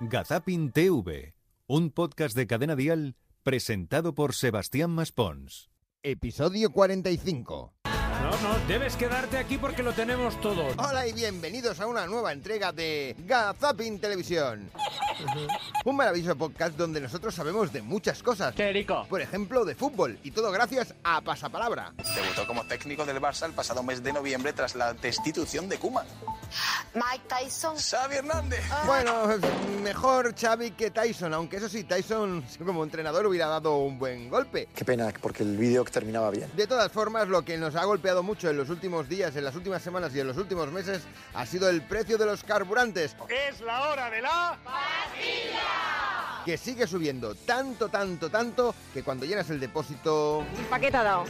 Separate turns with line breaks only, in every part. Gazapin TV, un podcast de cadena dial presentado por Sebastián Maspons.
Episodio 45.
No, no, debes quedarte aquí porque lo tenemos todo.
Hola y bienvenidos a una nueva entrega de Gazapin Televisión. Un maravilloso podcast donde nosotros sabemos de muchas cosas.
Qué rico.
Por ejemplo, de fútbol y todo gracias a Pasapalabra.
Debutó como técnico del Barça el pasado mes de noviembre tras la destitución de Kuman.
Mike Tyson.
Xavi Hernández.
Bueno, mejor Xavi que Tyson, aunque eso sí, Tyson como entrenador hubiera dado un buen golpe.
Qué pena, porque el vídeo terminaba bien.
De todas formas, lo que nos ha golpeado mucho en los últimos días, en las últimas semanas y en los últimos meses ha sido el precio de los carburantes,
Es la hora de la...
que sigue subiendo tanto, tanto, tanto, que cuando llenas el depósito...
¿Para qué te ha dado?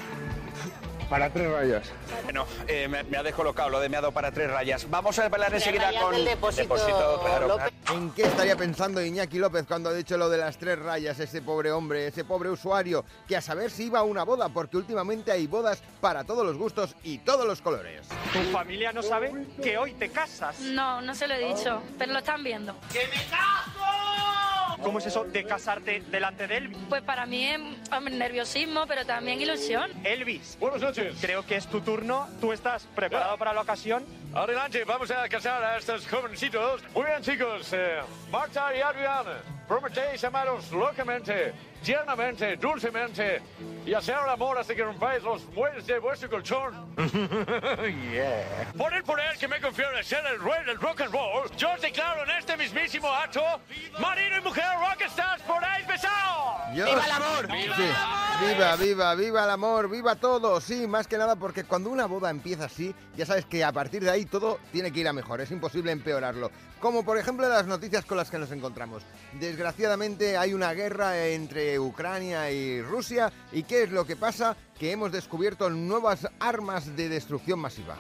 Bueno, eh, me, me ha descolocado lo de me ha dado para tres rayas. Vamos a hablar enseguida
rayas
con
del depósito,
claro,
López.
¿En qué estaría pensando Iñaki López cuando ha dicho lo de las tres rayas, ese pobre hombre, ese pobre usuario, que a saber si iba a una boda, porque últimamente hay bodas para todos los gustos y todos los colores.
Tu familia no sabe que hoy te casas.
No, no se lo he dicho, pero lo están viendo.
¿Cómo es eso de casarte delante de Elvis?
Pues para mí es hombre, nerviosismo, pero también ilusión.
Elvis. Buenas noches. Creo que es tu turno. ¿Tú estás preparado para la ocasión?
Adelante, vamos a casar a estos jovencitos. Muy bien, chicos. eh, Marta y Adrián, prometéis amaros locamente, tiernamente, dulcemente y hacer el amor hasta que rompáis los muelles de vuestro colchón. Por el poder que me confiere ser el rey del rock and roll, yo os declaro en este mismísimo acto, marido y mujer rockstars por ahí besados.
¡Viva el amor! Viva, viva, viva el amor, viva todo. Sí, más que nada porque cuando una boda empieza así, ya sabes que a partir de ahí todo tiene que ir a mejor, es imposible empeorarlo. Como por ejemplo las noticias con las que nos encontramos. Desgraciadamente hay una guerra entre Ucrania y Rusia y ¿qué es lo que pasa? Que hemos descubierto nuevas armas de destrucción masiva.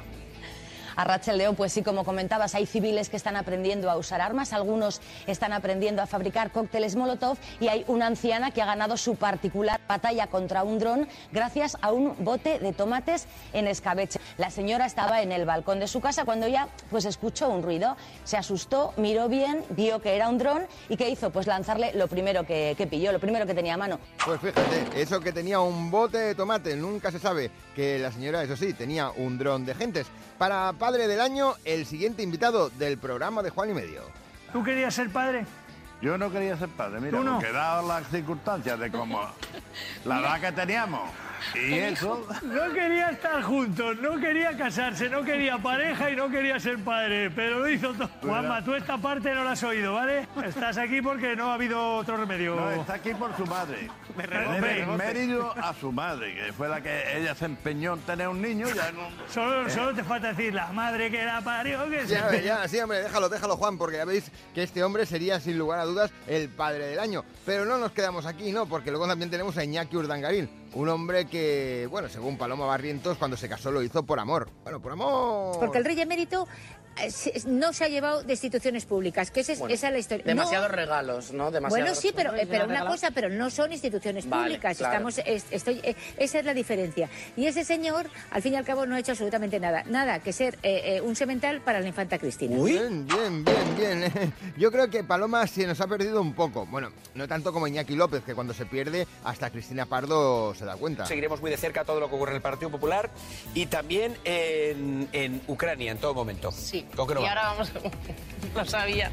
A Rachel Leo, pues sí, como comentabas, hay civiles que están aprendiendo a usar armas, algunos están aprendiendo a fabricar cócteles Molotov y hay una anciana que ha ganado su particular batalla contra un dron gracias a un bote de tomates en escabeche. La señora estaba en el balcón de su casa cuando ella pues escuchó un ruido, se asustó, miró bien, vio que era un dron y ¿qué hizo? Pues lanzarle lo primero que, que pilló, lo primero que tenía a mano.
Pues fíjate, eso que tenía un bote de tomate, nunca se sabe que la señora, eso sí, tenía un dron de gentes. Para Padre del Año, el siguiente invitado del programa de Juan y Medio.
¿Tú querías ser padre?
Yo no quería ser padre, mira,
¿Tú no?
porque dadas las circunstancias de como la edad que teníamos y eso,
No quería estar juntos, no quería casarse, no quería pareja y no quería ser padre, pero lo hizo todo. Juanma, tú esta parte no la has oído, ¿vale? Estás aquí porque no ha habido otro remedio. Eh,
no, está aquí por su madre.
Me rebote,
Le
me
debe
rebote.
mérito a su madre, que fue la que ella se empeñó en tener un niño. Ya no...
Solo, solo te falta decir la madre que la parió, que se...
Ya, ya, sí, hombre, déjalo, déjalo, Juan, porque ya veis que este hombre sería, sin lugar a dudas, el Padre del Año. Pero no nos quedamos aquí, no, porque luego también tenemos a Iñaki Urdangarín, un hombre que, bueno, según Paloma Barrientos, cuando se casó lo hizo por amor. Bueno, por amor.
Porque el rey emérito eh, se- no se ha llevado destituciones públicas, que ese es- esa es la historia. Demasiados regalos, ¿no? bueno, sí, pero, eh, pero una cosa, pero no son instituciones públicas. Estamos, es- estoy, eh, esa es la diferencia. Y ese señor, al fin y al cabo, no ha hecho absolutamente nada. Nada que ser eh, eh, un semental para la infanta Cristina.
Bien, bien, bien, bien. Yo creo que Paloma se nos ha perdido un poco. Bueno, no tanto como Iñaki López, que cuando se pierde, hasta Cristina Pardo se da cuenta.
Seguiremos muy de cerca todo lo que ocurre en el Partido Popular y también en, en Ucrania en todo momento.
Sí.
¿Con qué no
y
va?
ahora vamos. Lo sabía.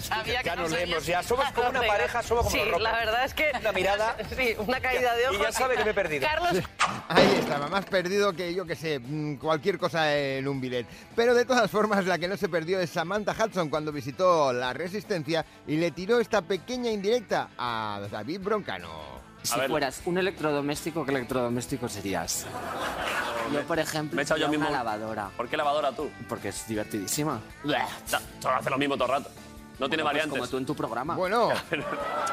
Sabía que
Ya
no
nos
sabías.
leemos, ya somos como una pareja, somos como
Sí,
los Roca.
la verdad es que.
Una mirada.
Sí, una caída de
Y ya
ojos.
sabe que me he perdido.
Carlos,
Ahí estaba, más perdido que yo que sé, mm, cualquier cosa en un bilet. Pero de todas formas, la que no se perdió es Samantha Hudson cuando visitó la Resistencia y le tiró esta pequeña indirecta a David Broncano.
A ver.
fueras un electrodoméstico, ¿qué electrodoméstico serías? Yo, por ejemplo,
me he echado yo
sería
mismo
una
un-
lavadora,
¿Por qué lavadora tú?
porque es divertidísima.
Todo hace lo mismo todo el rato. No tiene
Pues como tú en tu programa.
Bueno,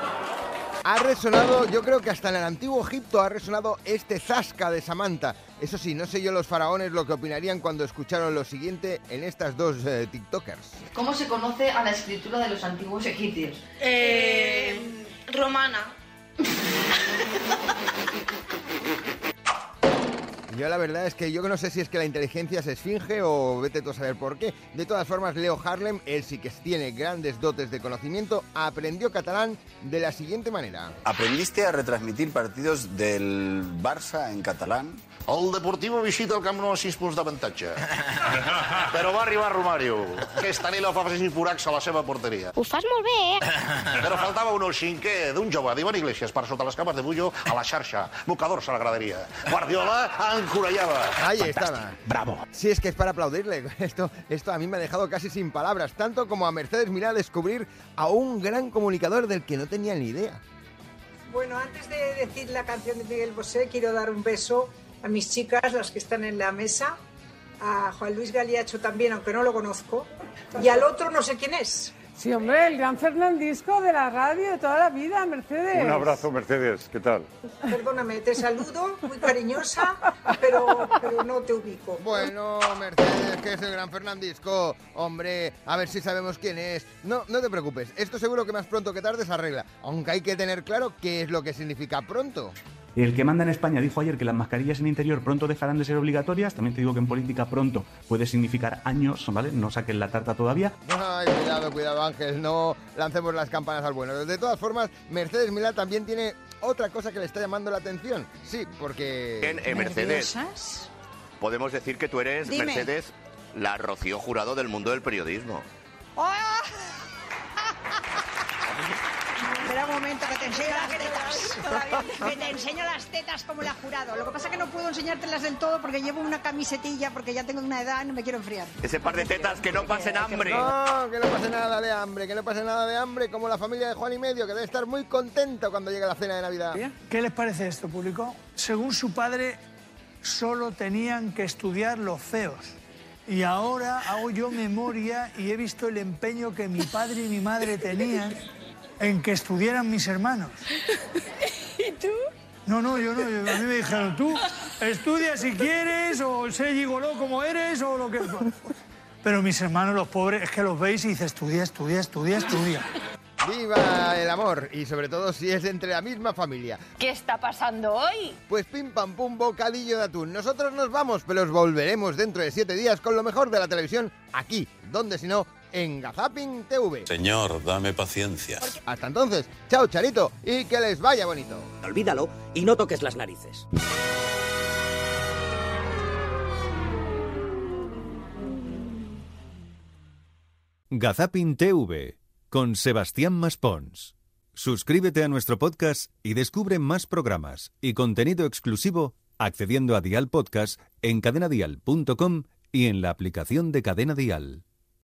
ha resonado, yo creo que hasta en el antiguo Egipto ha resonado este zasca de Samantha. Eso sí, no sé yo los faraones lo que opinarían cuando escucharon lo siguiente en estas dos eh, TikTokers.
¿Cómo se conoce a la escritura de los antiguos egipcios?
romana.
Yo la verdad es que yo no sé si es que la inteligencia se esfinge o vete tú a saber por qué. De todas formas, Leo Harlem, él sí que tiene grandes dotes de conocimiento, aprendió catalán de la siguiente manera.
Aprendiste a retransmitir partidos del Barça en catalán. El Deportivo visita el Camp Nou a 6 punts d'avantatge. Però va arribar Romario. Castanelo fa 6 forats a la seva porteria.
Ho fas molt bé, eh?
Però faltava un al cinquè d'un jove, d'Ivan Iglesias, per sota les capes de Bullo, a la xarxa. Bocadors a la graderia. Guardiola encorellava.
Ahí estaba. Bravo. Sí, es que es para aplaudirle. Esto, esto a mí me ha dejado casi sin palabras, tanto como a Mercedes Milá descubrir a un gran comunicador del que no tenía ni idea.
Bueno, antes de decir la canción de Miguel Bosé, quiero dar un beso a mis chicas, las que están en la mesa, a Juan Luis Galiacho también, aunque no lo conozco, y al otro no sé quién es.
Sí, hombre, el gran Fernandisco de la radio de toda la vida, Mercedes.
Un abrazo, Mercedes. ¿Qué tal?
Perdóname, te saludo, muy cariñosa, pero, pero no te ubico.
Bueno, Mercedes, que es el gran Fernandisco. Hombre, a ver si sabemos quién es. No, no te preocupes, esto seguro que más pronto que tarde se arregla. Aunque hay que tener claro qué es lo que significa pronto.
El que manda en España dijo ayer que las mascarillas en interior pronto dejarán de ser obligatorias. También te digo que en política pronto puede significar años, ¿vale? No saquen la tarta todavía.
Ay, cuidado, cuidado, Ángel, no lancemos las campanas al bueno. De todas formas, Mercedes Milá también tiene otra cosa que le está llamando la atención. Sí, porque...
Bien, eh, Mercedes, podemos decir que tú eres,
Dime.
Mercedes, la Rocío Jurado del mundo del periodismo.
Ah. Espera un momento, que te enseño las tetas. Que te enseño las tetas como la jurado. Lo que pasa es que no puedo enseñártelas del todo porque llevo una camisetilla, porque ya tengo una edad y no me quiero enfriar.
Ese par de tetas que no pasen hambre.
No, que no pase nada de hambre, que no pase nada de hambre, como la familia de Juan y Medio, que debe estar muy contenta cuando llegue la cena de Navidad.
¿Qué les parece esto, público? Según su padre, solo tenían que estudiar los feos. Y ahora hago yo memoria y he visto el empeño que mi padre y mi madre tenían en que estudiaran mis hermanos. ¿Y tú? No, no, yo no. yo- a mí me dijeron, tú estudia si quieres o sé gigoló como eres o lo que... Pero mis hermanos, los pobres, es que los veis y dices, estudia, estudia, estudia, estudia.
¡Viva el amor! Y sobre todo si es entre la misma familia.
¿Qué está pasando hoy?
Pues pim pam pum, bocadillo de atún. Nosotros nos vamos, pero os volveremos dentro de siete días con lo mejor de la televisión aquí, donde si no, en Gazapin TV.
Señor, dame paciencia.
Hasta entonces, chao Charito y que les vaya bonito.
Olvídalo y no toques las narices.
Gazapin TV con Sebastián Maspons. Suscríbete a nuestro podcast y descubre más programas y contenido exclusivo accediendo a Dial Podcast en cadenadial.com y en la aplicación de Cadena Dial.